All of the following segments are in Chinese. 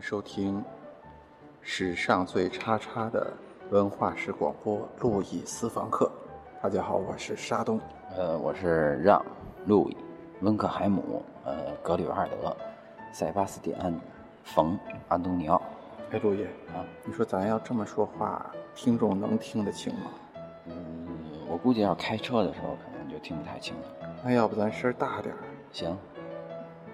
收听史上最叉叉的文化史广播路易私房课。大家好，我是沙东。呃，我是让路易、温克海姆、呃格里瓦尔德、塞巴斯蒂安、冯、安东尼奥哎，路易，啊，你说咱要这么说话，听众能听得清吗？嗯，我估计要开车的时候可能就听不太清了。那要不咱声儿大点儿？行，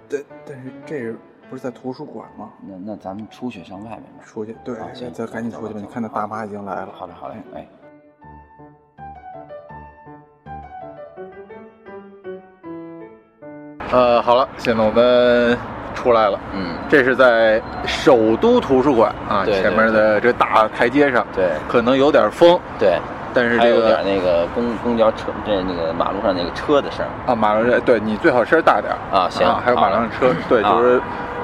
但但是这不是在图书馆吗？啊那那咱们出去上外面吧。出去，对好，行咱赶紧出去吧。你看那大妈已经来了。嗯好嘞，好嘞，哎，呃，好了，现在我们出来了。嗯，这是在首都图书馆啊，对对前面的这大台阶上，对可能有点风，对，但是还这有个点那个公公交车，这那个马路上那个车的声儿啊，马路上对你最好声儿大点儿啊，行，还有马路好上了车，对，啊就是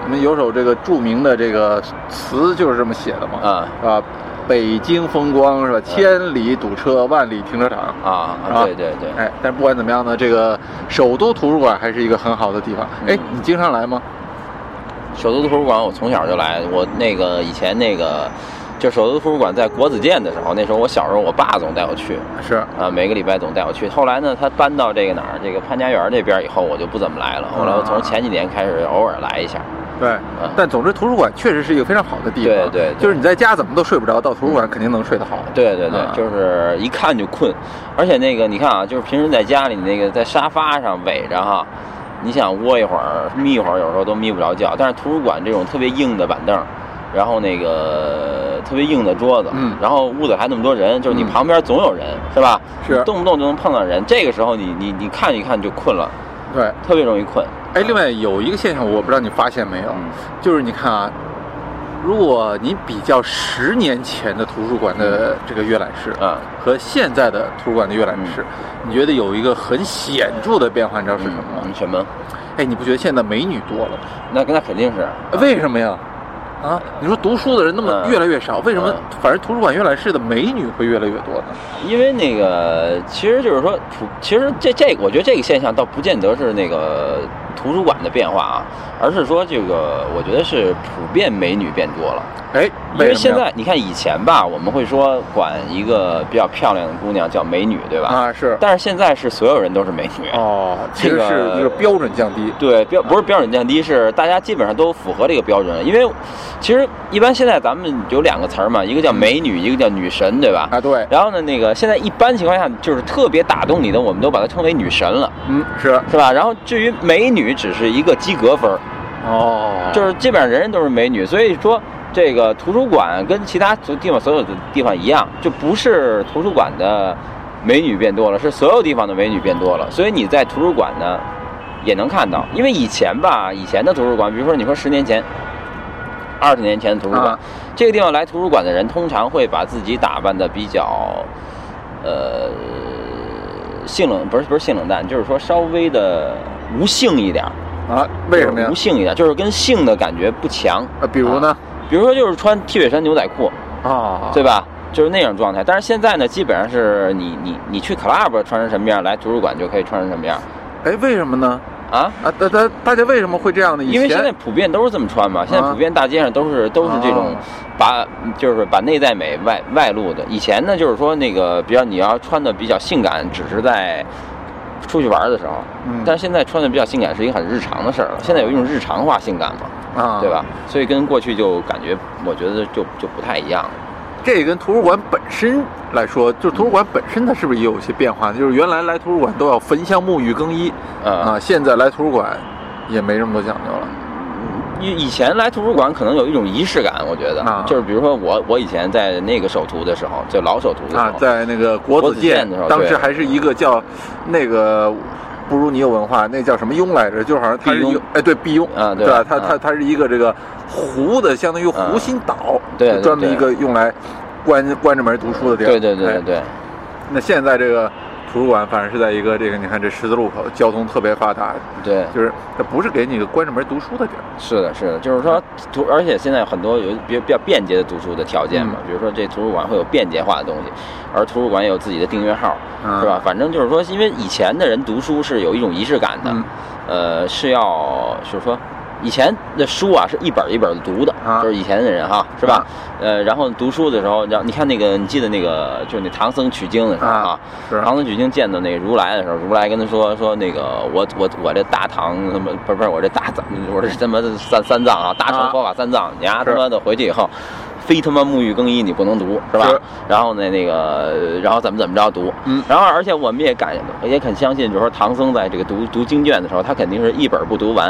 我们有首这个著名的这个词就是这么写的嘛，啊啊，北京风光是吧？千里堵车，万里停车场。啊啊啊，对对对，哎，但不管怎么样呢，这个首都图书馆还是一个很好的地方。哎，嗯你经常来吗？首都图书馆我从小就来，我那个以前那个，就首都图书馆在国子监的时候，那时候我小时候我爸总带我去，是，啊，每个礼拜总带我去。后来呢，他搬到这个哪儿，这个潘家园这边以后，我就不怎么来了。后来我从前几年开始偶尔来一下。对。嗯，但总之，图书馆确实是一个非常好的地方。对对对就是你在家怎么都睡不着，到图书馆肯定能睡得好。对对对啊，就是一看就困，而且那个你看啊，就是平时在家里那个在沙发上围着哈，你想窝一会儿、眯一会儿，有时候都眯不着觉。但是图书馆这种特别硬的板凳，然后那个特别硬的桌子，嗯然后屋里还那么多人，就是你嗯旁边总有人，是吧？是你动不动就能碰到人，这个时候你你你看一看就困了，对，特别容易困。哎，另外有一个现象，我不知道你发现没有，嗯。就是你看啊，如果你比较十年前的图书馆的这个阅览室啊，和现在的图书馆的阅览室，你觉得有一个很显著的变化，你知道是什么吗嗯嗯？什么？哎，你不觉得现在美女多了吗？那那肯定是，为什么呀？啊，你说读书的人那么嗯越来越少，为什么嗯反正图书馆阅览室的美女会越来越多呢？因为那个其实就是说普，其实这这个我觉得这个现象倒不见得是那个图书馆的变化啊，而是说这个我觉得是普遍美女变多了。哎，因为什么现呀在你看以前吧，我们会说管一个比较漂亮的姑娘叫美女，对吧？啊是但是现在是所有人都是美女。哦，其实这是个一个标准降低。对标不是标准降低，是大家基本上都符合这个标准了。因为其实一般现在咱们有两个词儿嘛，一个叫美女，一个叫女神，对吧？啊，对，然后呢，那个现在一般情况下就是特别打动你的，我们都把它称为女神了，嗯，是是吧？然后至于美女，只是一个及格分儿，哦，就是基本上人人都是美女，所以说。这个图书馆跟其他地方所有的地方一样，就不是图书馆的美女变多了，是所有地方的美女变多了。所以你在图书馆呢也能看到，因为以前吧，以前的图书馆，比如说你说十年前、二十年前的图书馆，啊这个地方来图书馆的人，通常会把自己打扮的比较，呃，性冷不是不是性冷淡，就是说稍微的无性一点儿。啊，为什么呀就是无？性一点儿，就是跟性的感觉不强。啊，比如呢？比如说，就是穿 T 恤衫、牛仔裤，啊，对吧？就是那种状态。但是现在呢，基本上是你你你去 club 穿成什么样，来图书馆就可以穿成什么样哎，为什么呢？啊。啊，大大大家为什么会这样呢？以前因为现在普遍都是这么穿嘛，现在啊普遍大街上都是都是这种啊把就是把内在美外外露的。以前呢，就是说那个，比较你要穿的比较性感，只是在出去玩的时候。嗯但是现在穿的比较性感是一个很日常的事儿了。现在有一种日常化性感嘛，啊，对吧？？所以跟过去就感觉，我觉得就就不太一样了。这跟图书馆本身来说，就是图书馆本身它是不是也有一些变化呢？就是原来来图书馆都要焚香沐浴更衣嗯，啊，现在来图书馆也没这么多讲究了。以以前来图书馆可能有一种仪式感，我觉得啊就是比如说我我以前在那个首图的时候，就老首图的时啊候，，在那个国子监国子监的时，候当时对还是一个叫那个不如你有文化，那叫什么庸来着？就好像他是毕一庸个哎，对，毕庸啊对对吧吧？他嗯他他是一个这个湖的，相当于湖心岛，对就对专门一对个用来关关着门读书的地儿。对对对哎对对，那现在这个图书馆反正是在一个这个，你看这十字路口，交通特别发达，对。就是它不是给你一个关着门读书的地儿。是的，是的，就是说图，而且现在很多有比比较便捷的读书的条件嘛，嗯比如说这图书馆会有便捷化的东西，而图书馆也有自己的订阅号，嗯是吧？反正就是说，因为以前的人读书是有一种仪式感的，嗯呃，是要就是说以前的书啊是一本一本的读的，啊就是以前的人哈，是吧？呃，然后读书的时候，然后你看那个，你记得那个就是那唐僧取经的时候啊啊，是唐僧取经见到那个如来的时候，如来跟他说说那个我我我这大唐他妈不是不是我这大藏我这他妈的三三藏啊，大啊乘佛法三藏，你丫是他妈的回去以后。非他妈沐浴更衣你不能读是吧？是然后呢，那个，然后怎么怎么着读？嗯然后而且我们也敢也肯相信，就是说唐僧在这个读读经卷的时候，他肯定是一本不读完，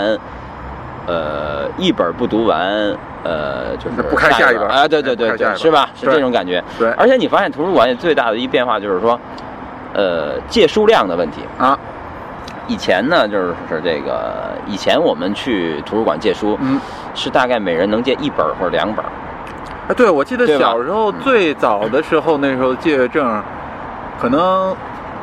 呃，一本不读完，呃，就是不看下一本啊，对对不对看下一对，本是吧？是对这种感觉。对而且你发现图书馆最大的一变化就是说，呃，借书量的问题。啊，以前呢，就是是这个，以前我们去图书馆借书，嗯，是大概每人能借一本或者两本。哎，对，我记得对吧嗯小时候最早的时候，那时候借证，可能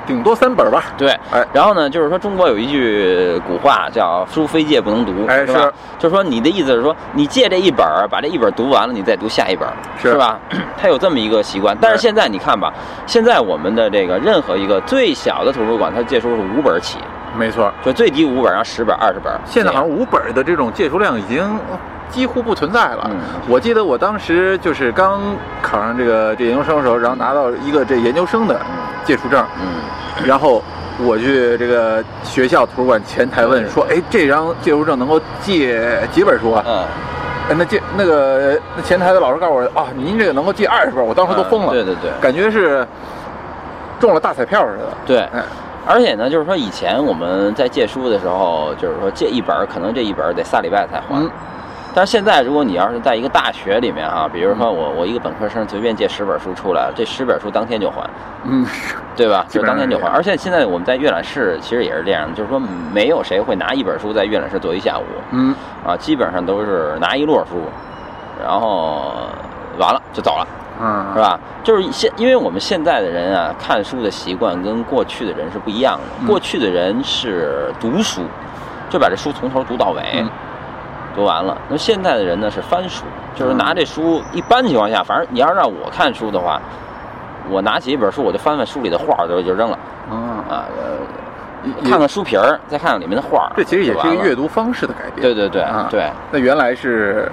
顶多三本吧。对，哎然后呢，就是说中国有一句古话叫“书非借不能读”，哎是吧是就是说你的意思是说，你借这一本儿，把这一本儿读完了，你再读下一本儿，是吧？ 它有这么一个习惯。但是对现在你看吧，现在我们的这个任何一个最小的图书馆，它借书是五本儿起，没错，就最低五本儿，然后十本儿、二十本儿。现在好这像五本的这种借书量已经几乎不存在了。嗯我记得我当时就是刚考上这个这研究生的时候，然后拿到一个这研究生的借书证，样嗯，然后我去这个学校图书馆前台问说：“哎，这张借书证能够借几本书啊？”嗯，哎那借那个那前台的老师告诉我：“啊，您这个能够借二十本。”我当时都疯了，嗯对对对感觉是中了大彩票似的。对。哎，而且呢，就是说以前我们在借书的时候，就是说借一本儿，可能这一本儿得仨礼拜才还。嗯但是现在，如果你要是在一个大学里面啊，比如说我我一个本科生随便借十本书出来，这十本书当天就还，嗯，对吧？基就本上当是天就这还。样而且现在我们在阅览室其实也是这样，就是说没有谁会拿一本书在阅览室坐一下午嗯，啊，基本上都是拿一摞书，然后完了就走了，嗯，是？吧？就是现因为我们现在的人啊，看书的习惯跟过去的人是不一样嗯的。过去的人是读书，就把这书从头读到尾。嗯读完了。那么现在的人呢是翻书，就是拿嗯这书，一般情况下，反正你要让我看书的话，我拿起一本书，我就翻翻书里的画儿，就就扔了嗯，啊，呃也看看书皮儿，再看看里面的画儿。这其实也是一个阅读。读方式的改变。对对对啊对那原来是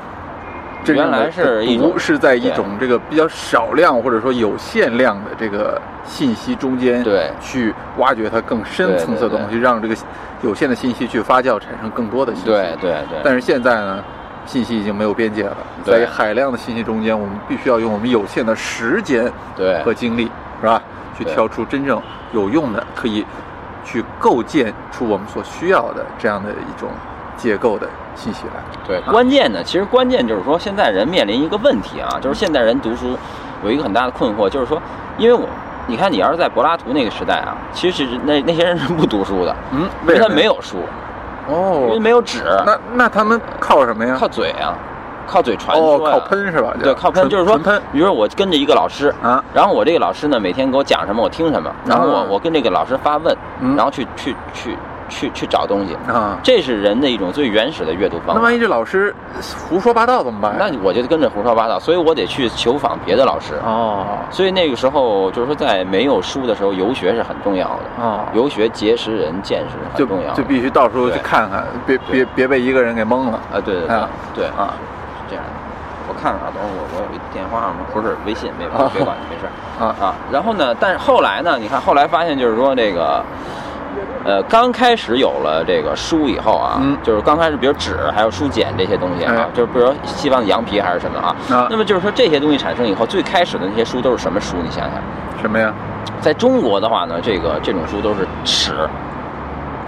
真正的原来是一读种是在一对种这个比较少量或者说有限量的这个信息中间，对去挖掘它更深对对层次的东西，让这个有限的信息去发酵，产生更多的信息。对对对。但是现在呢，信息已经没有边界了，对在海量的信息中间，我们必须要用我们有限的时间对和精力，是吧？去对挑出真正有用的，可以去构建出我们所需要的这样的一种结构的信息来。对，关键呢，其实关键就是说，现在人面临一个问题嗯啊，就是现代人读书有一个很大的困惑，就是说，因为我，你看，你要是在柏拉图那个时代啊，其实是那那些人是不读书的，嗯，因为他没有有书，因为哦，没有纸，那那他们靠什么呀？靠嘴啊，靠嘴传说、哦，呀靠喷是吧？对，靠喷纯就是说，纯喷比如说我跟着一个老师，啊，然后我这个老师呢，每天给我讲什么，我听什么，然后我、啊我跟这个老师发问，嗯然后去去去去去找东西，啊。这是人的一种最原始的阅读方那法万。一这老师胡说八道怎么办呀？啊那我就跟着胡说八道，所以我得去求访别的老师。啊哦所以那个时候就是说，在没有书的时候，游学是很重要的，哦，游学结识人见识就很重要的。就必须到时候去对看看，别别别被一个人给蒙了啊，对对对、啊对，啊是这样的。我看看啊，等会儿我我有一电话吗？不是微信，没啊别管，没事儿。啊！啊，然后呢，但是后来呢，你看后来发现就是说这个，呃，刚开始有了这个书以后啊，嗯就是刚开始比如纸还有书简这些东西啊，哎就是比如说西方的羊皮还是什么啊，啊那么就是说这些东西产生以后，最开始的那些书都是什么书？你想想，什么呀？在中国的话呢，这个这种书都是史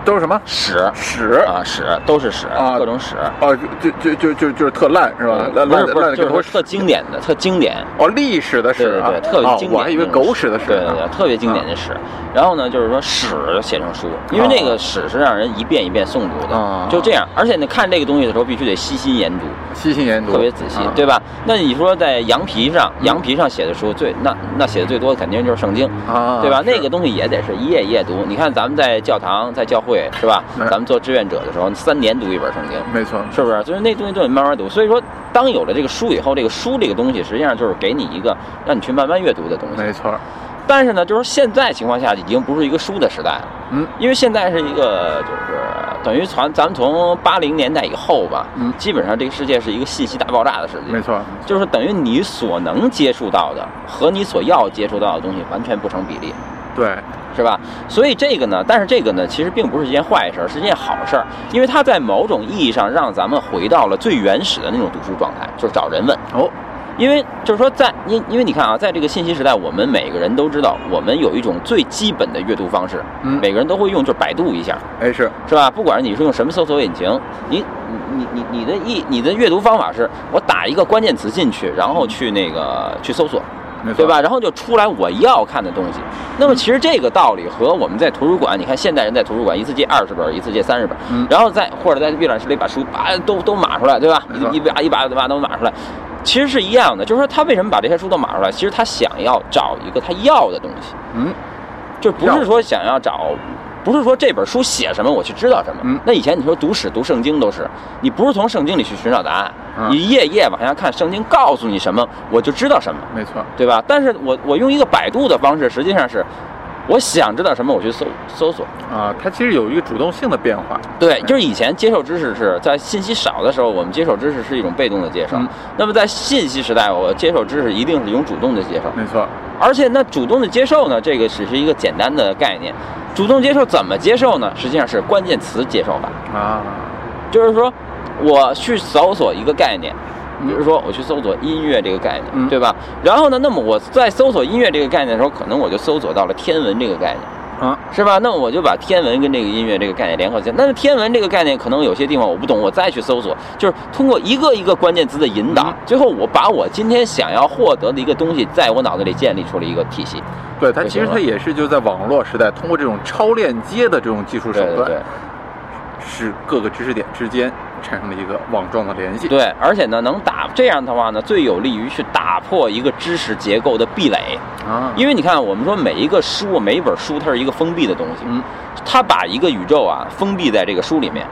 都是什么史屎啊史都是史，啊各种史。哦，就就就就就是特烂是吧？烂不是烂不烂的跟是，就是头说屎特经典的，特经典，哦，历史的对史对啊，对，特别哦经典那种史、我还以为狗屎的屎对对呢啊对，特别经典的史。然后呢，就是说史写成书，因为哦那个史是让人一遍一遍诵读的，啊就这样。而且你看这个东西的时候，必须得悉心研读，悉心研读，特别仔细啊，对吧？那你说在羊皮上，嗯羊皮上写的书最那那写的最多的肯定就是圣经。啊，对吧？是那个东西也得是一页一页读。你看咱们在教堂、在教会是吧？嗯咱们做志愿者的时候，三年读一本圣经，没错，是不是？就是那东西都得慢慢读。所以说，当有了这个书以后，这个书这个东西，实际上就是给你一个让你去慢慢阅读的东西。没错，但是呢，就是现在情况下已经不是一个书的时代了，嗯，因为现在是一个就是等于从咱们从八零年代以后吧，嗯基本上这个世界是一个信息大爆炸的世界，没错，就是等于你所能接触到的和你所要接触到的东西完全不成比例，对，是吧？所以这个呢，但是这个呢，其实并不是一件坏事儿，是一件好事儿，因为它在某种意义上让咱们回到了最原始的那种读书状态，就是找人问。哦，因为就是说在，因因为你看啊，在这个信息时代，我们每个人都知道，我们有一种最基本的阅读方式，嗯，每个人都会用，就是百度一下，哎是，是吧？不管你是用什么搜索引擎，你你你你你的意你的阅读方法是，我打一个关键词进去，然后去那个去搜索，没错，对？吧？然后就出来我要看的东西。那么其实这个道理和我们在图书馆，你看现代人在图书馆一次借二十本，一次借三十本，嗯然后在或者在阅览室里把书把都都码出来，对吧？没错一一把一把把都码出来，其实是一样的。就是说他为什么把这些书都码出来？其实他想要找一个他要的东西，嗯，就不是说想要找。不是说这本书写什么我去知道什么，嗯那以前你说读史读圣经都是，你不是从圣经里去寻找答案，嗯你一页一页往下看，圣经告诉你什么我就知道什么。没错，对吧？但是我我用一个百度的方式，实际上是我想知道什么，我去搜搜索。啊，它其实有一个主动性的变化，对，就是以前接受知识是在信息少的时候，我们接受知识是一种被动的接受；嗯那么在信息时代，我接受知识一定是一种主动的接受。没错，而且那主动的接受呢，这个只是一个简单的概念。主动接受怎么接受呢？实际上是关键词接受法，啊，就是说我去搜索一个概念，嗯比如说我去搜索音乐这个概念，嗯对吧？然后呢，那么我在搜索音乐这个概念的时候，可能我就搜索到了天文这个概念，啊，是吧？那我就把天文跟这个音乐这个概念联合起来。那么天文这个概念，可能有些地方我不懂，我再去搜索，就是通过一个一个关键词的引导，嗯最后我把我今天想要获得的一个东西，在我脑子里建立出了一个体系。对，它就其实行它了也是就在网络时代，通过这种超链接的这种技术手对对段，对。使各个知识点之间产生了一个网状的联系。对，而且呢，能打这样的话呢，最有利于去打破一个知识结构的壁垒。啊，因为你看，我们说每一个书，每一本书，它是一个封闭的东西，嗯它把一个宇宙啊封闭在这个书里面，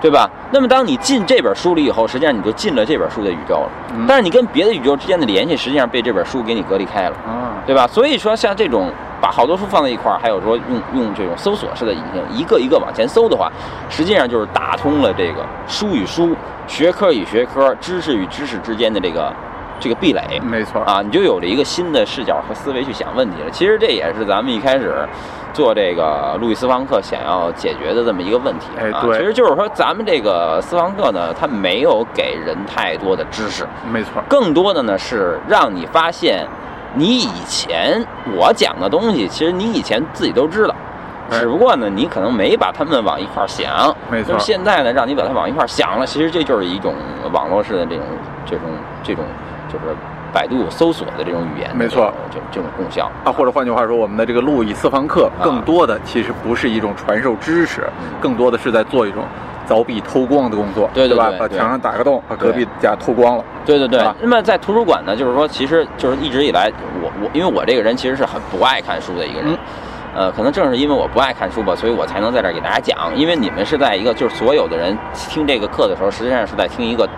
对吧？那么当你进这本书里以后，实际上你就进了这本书的宇宙了，嗯但是你跟别的宇宙之间的联系，实际上被这本书给你隔离开了，啊，对吧？所以说，像这种把好多书放在一块儿，还有说用用这种搜索式的引擎，一个一个往前搜的话，实际上就是打通了这个书与书、学科与学科、知识与知识之间的这个这个壁垒。没错，啊，你就有了一个新的视角和思维去想问题了。其实这也是咱们一开始做这个路易斯方克想要解决的这么一个问题哎啊。对其实就是说咱们这个斯方克呢，他没有给人太多的知识，没错，更多的呢是让你发现，你以前我讲的东西，其实你以前自己都知道。哎只不过呢，你可能没把它们往一块儿想，没错那么现在呢，让你把它往一块儿想了，其实这就是一种网络式的这种、这种、这种，就是百度搜索的这种语言的没错这种，这这种功效。啊，或者换句话说，我们的这个路易斯方克啊嗯更多的其实不是一种传授知识，更多的是在做一种凿壁偷光的工作，对对吧？对把对墙上打个洞，把隔对壁家偷光了。对对对是吧。那么在图书馆呢，就是说，其实就是一直以来，我我因为我这个人其实是很不爱看书的一个人。嗯呃，可能正是因为我不爱看书吧，所以我才能在这儿给大家讲。因为你们是在一个就是所有的人听这个课的时候，实际上是在听一个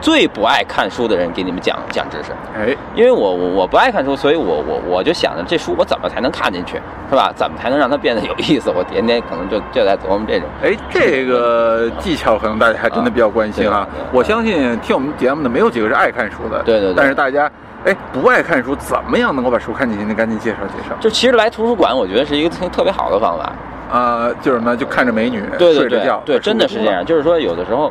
最不爱看书的人给你们讲讲知识。哎，因为我我我不爱看书，所以我我我就想着这书我怎么才能看进去，是吧？怎么才能让它变得有意思？我天天可能就就在琢磨这种。哎，这个技巧可能大家还真的比较关心啊啊对对。对我相信听我们节目的没有几个是爱看书的，对对对但是大家，哎，不爱看书，怎么样能够把书看进去？你赶紧介绍介绍。就其实来图书馆，我觉得是一个特特别好的方法。啊，就是什么，就看着美女对呃对睡着对觉，对，真的是这样。就是说，有的时候，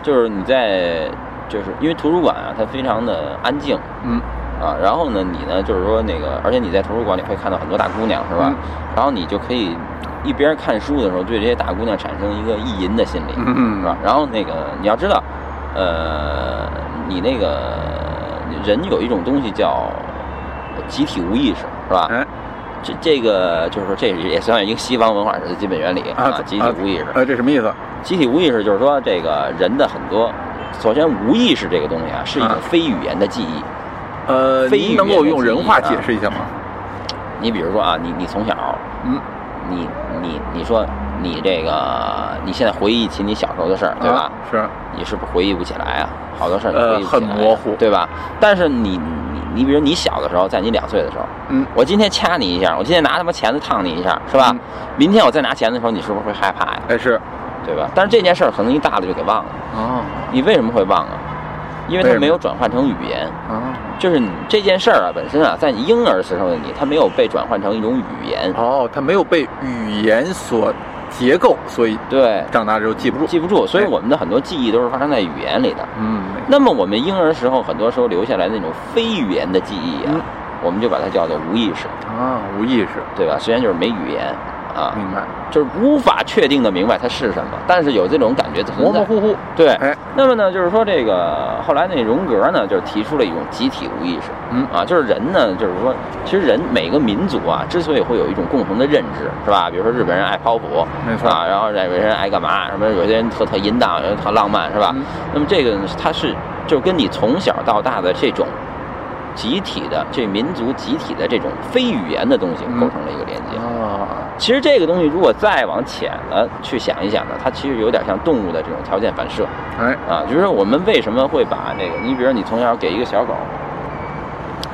就是你在，就是因为图书馆啊，它非常的安静嗯，啊。然后呢，你呢，就是说那个，而且你在图书馆里会看到很多大姑娘，是吧？嗯然后你就可以一边看书的时候，对这些大姑娘产生一个意淫的心理，嗯是吧？然后那个你要知道，呃，你那个人有一种东西叫集体无意识，是吧？哎，这这个就是说，这也算一个西方文化史的基本原理啊集体无意识。呃，这什么意思？集体无意识就是说，这个人的很多，首先无意识这个东西啊，是一啊种非语言的记忆。呃，非语您言能够用的记忆人话啊解释一下吗？你比如说啊，你你从小，嗯，你你你说你这个，你现在回忆起你小时候的事儿，对吧啊？？是，你是不是回忆不起来啊？好多事儿你呃回忆不起来啊、很模糊对吧？但是你你你，比如你小的时候，在你两岁的时候，嗯，我今天掐你一下，我今天拿他妈钳子烫你一下，是吧？嗯明天我再拿钳子的时候，你是不是会害怕呀？哎是，对吧？但是这件事儿可能一大了就给忘了。哦你为什么会忘啊？因为为它什么没有转换成语言，哦就是你这件事儿啊本身啊，在你婴儿时候的你，它没有被转换成一种语言，哦，他没有被语言所结构，所以对，长大之后记不住。记不住。所以对我们的很多记忆都是发生在语言里的。嗯，那么我们婴儿时候很多时候留下来的那种非语言的记忆啊，嗯我们就把它叫做无意识，啊，无意识，对吧？虽然就是没语言啊，明白，就是无法确定的明白它是什么，但是有这种感觉存在。模模糊糊。对，哎，那么呢，就是说这个后来那荣格呢，就是提出了一种集体无意识，嗯啊，就是人呢，就是说，其实人每个民族啊，之所以会有一种共同的认知，是吧？比如说日本人爱剖腹，嗯没错啊，然后有些人爱干嘛，什么有些人特特淫荡，有些人特浪漫，是吧？嗯那么这个呢它是就跟你从小到大的这种集体的这民族集体的这种非语言的东西嗯构成了一个连接。啊，其实这个东西如果再往浅了去想一想呢，它其实有点像动物的这种条件反射。哎，啊，就是我们为什么会把那个，你比如说你从小给一个小狗，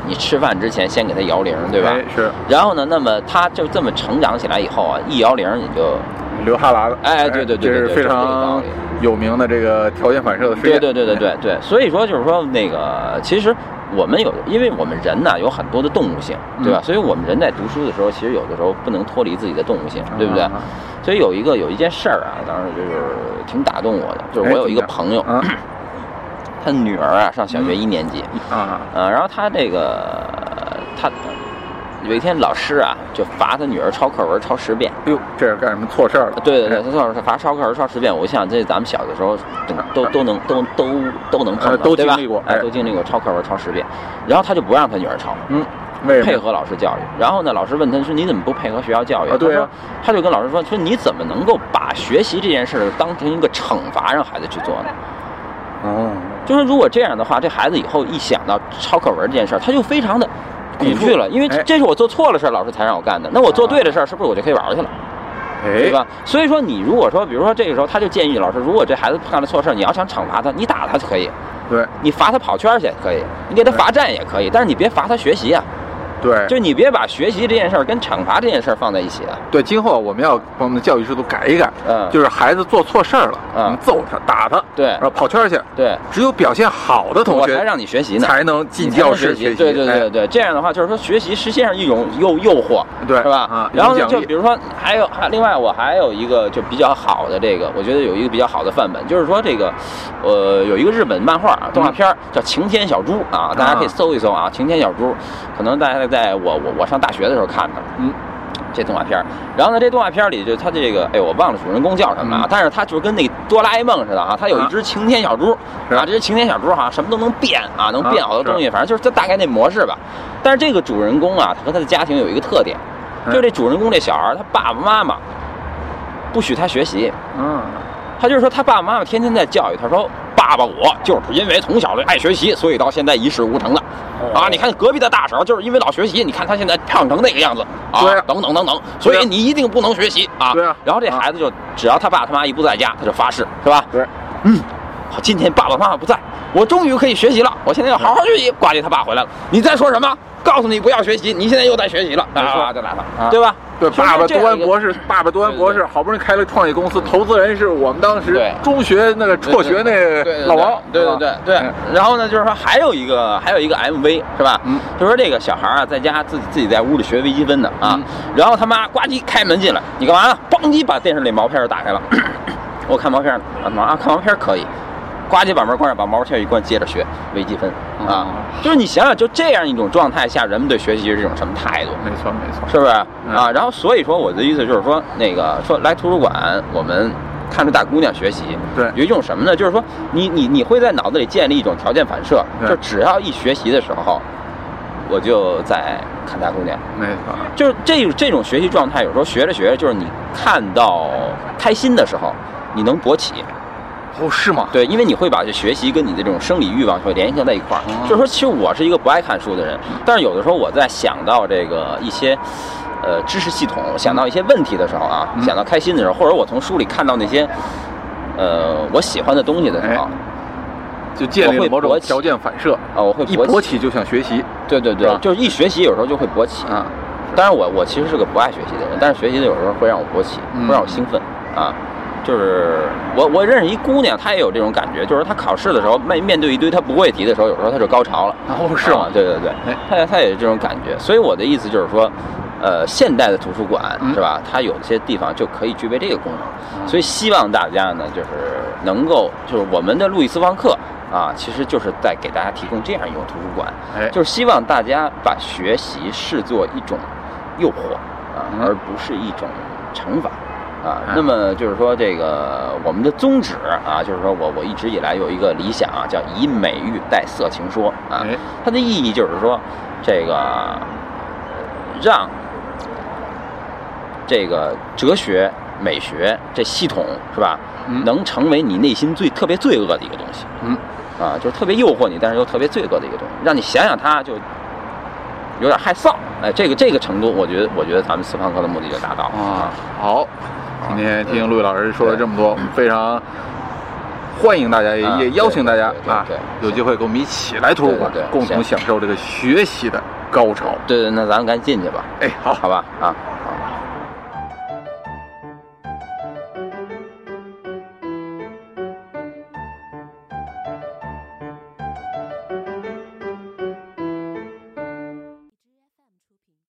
你吃饭之前先给它摇铃，对吧？哎是然后呢，那么它就这么成长起来以后啊，一摇铃你就，流哈喇子。哎对对对这对是对非这个道常理有名的这个条件反射的实对验。对对对对对，所以说就是说那个，其实我们有，因为我们人呐有很多的动物性，对吧？嗯所以我们人在读书的时候，其实有的时候不能脱离自己的动物性，对不对？啊所以有一个有一件事儿啊，当时就是挺打动我的，就是哎我有一个怎么样朋友，啊嗯他女儿啊上小学一年级，啊呃，然后他这个他有一天老师啊就罚他女儿抄课文抄十遍。哎呦，这是干什么错事儿了？啊对对对，哎，他老师罚抄课文抄十遍，我想这咱们小的时候都都都能都都都能碰到呃，都对吧经历过哎，哎都经历过抄课文抄十遍，然后他就不让他女儿抄，嗯，为什配么？合老师教育。然后呢，老师问他说：“你怎么不配合学校教育？”啊对啊他说：“他就跟老师说，说你怎么能够把学习这件事儿当成一个惩罚让孩子去做呢？哦，就是如果这样的话，这孩子以后一想到抄课文这件事儿，他就非常的恐惧了，抵触因为哎啊这是我做错了事儿，老师才让我干的。那我做对的事儿，是不是我就可以玩儿去了，对哎，吧？所以说，你如果说，比如说这个时候，他就建议老师，如果这孩子干了错事儿，你要想惩罚他，你打他可以，对你罚他跑圈儿去可以，你给他罚站也可以，但是你别罚他学习啊，对，就你别把学习这件事儿跟惩罚这件事儿放在一起啊。对，今后我们要把我们的教育制度改一改，嗯就是孩子做错事儿了，嗯我们揍他、打他，对然后跑圈儿去。对，只有表现好的同我学才让你学习呢。才能进教室你才能学学习。对对对哎，对，这样的话就是说学习实际上一种诱诱惑，对是吧？啊然后一呢，种就奖励比如说还有还另外我还有一个就比较好的这个，我觉得有一个比较好的范本，就是说这个，呃，有一个日本漫画啊动画片儿叫《晴天小猪》啊，大家可以搜一搜啊，晴天小猪》，可能大家在我我我上大学的时候看的。嗯，这动画片儿，然后呢，这动画片儿里就它这个，哎，我忘了主人公叫什么了啊，嗯但是它就是跟那个哆啦 A 梦似的啊，它有一只晴天小猪是啊，这只晴天小猪哈、什么都能变啊，能啊变好多是东西，反正就是它大概那模式吧。但是这个主人公啊，他和他的家庭有一个特点，嗯就这主人公这小孩儿，他爸爸妈妈不许他学习，嗯，他就是说他爸爸妈妈天天在教育他说，爸爸我就是因为从小就爱学习，所以到现在一事无成的。哦啊，你看隔壁的大婶儿就是因为老学习，你看她现在胖成那个样子啊对啊，等等等等，所对以啊你一定不能学习啊。对啊然后这孩子就只要他爸他妈一不在家，他就发誓，是吧？对，嗯，好，今天爸爸妈妈不在，我终于可以学习了，我现在要好好学习。挂机他爸回来了，你在说什么？告诉你不要学习，你现在又在学习了，没错啊，就来了，啊对吧？对，就是爸爸这样读完一个博士，爸爸读完博对士，好不容易开了创业公司，投资人是我们当时对中学那个辍学那对 个老王，对是吧对对对嗯。然后呢，就是说还有一个还有一个 MV 是吧？嗯，就说这个小孩啊，在家自己自己在屋里学微积分呢啊嗯，然后他妈呱唧开门进来，你干嘛呢？邦叽把电视里毛片儿打开了， 我看毛片儿呢啊妈啊看毛片儿可以。呱唧把门关上，把毛片儿一关，接着学微积分哦啊！就是你想想，就这样一种状态下，人们对学习是一种什么态度？嗯没错没错，是不是嗯啊？然后所以说我的意思就是说，那个说来图书馆，我们看着大姑娘学习，对有一种什么呢？就是说你你你会在脑子里建立一种条件反射，对就只要一学习的时候，我就在看大姑娘。没错，就是这这种学习状态，有时候学着学着，就是你看到开心的时候，你能勃起。哦是吗？对，因为你会把这学习跟你的这种生理欲望会联系在一块儿。哦嗯就是说，其实我是一个不爱看书的人，但是有的时候我在想到这个一些。呃，知识系统想到一些问题的时候啊，嗯想到开心的时候，或者我从书里看到那些，呃，我喜欢的东西的时候，哎就建立我了会某勃种起条件反射，啊，我会一勃勃起就想学习对对对是吧，就是一学习有时候就会勃起。啊，当然我我其实是个不爱学习的人，但是学习的有时候会让我勃起，嗯会让我兴奋啊。就是我我认识一姑娘，她也有这种感觉，就是她考试的时候面面对一堆她不会题的时候，有时候她就高潮了。哦，是吗啊？对对对哎，她她也是这种感觉。所以我的意思就是说，呃，现代的图书馆嗯是吧？它有些地方就可以具备这个功能。嗯所以希望大家呢，就是能够，就是我们的路易斯方克啊，其实就是在给大家提供这样一种图书馆。哎，啊就是希望大家把学习视作一种诱惑啊，嗯而不是一种惩罚啊嗯。那么就是说，这个我们的宗旨啊，就是说我我一直以来有一个理想啊，叫以美育代色情说啊。哎，它的意义就是说，这个让这个哲学、美学这系统是吧，嗯能成为你内心最特别罪恶的一个东西。嗯，啊，就是特别诱惑你，但是又特别罪恶的一个东西，让你想想它就有点害臊。哎，这个这个程度，我觉得我觉得咱们斯方克的目的就达到了啊，好，今天听陆毅老师说了这么多，嗯非常欢迎大家，也啊也邀请大家对对对啊对，有机会跟我们一起来图书馆对对，对共同享受这个学习的高潮。对对，那咱们赶紧进去吧，哎，好，好吧？啊，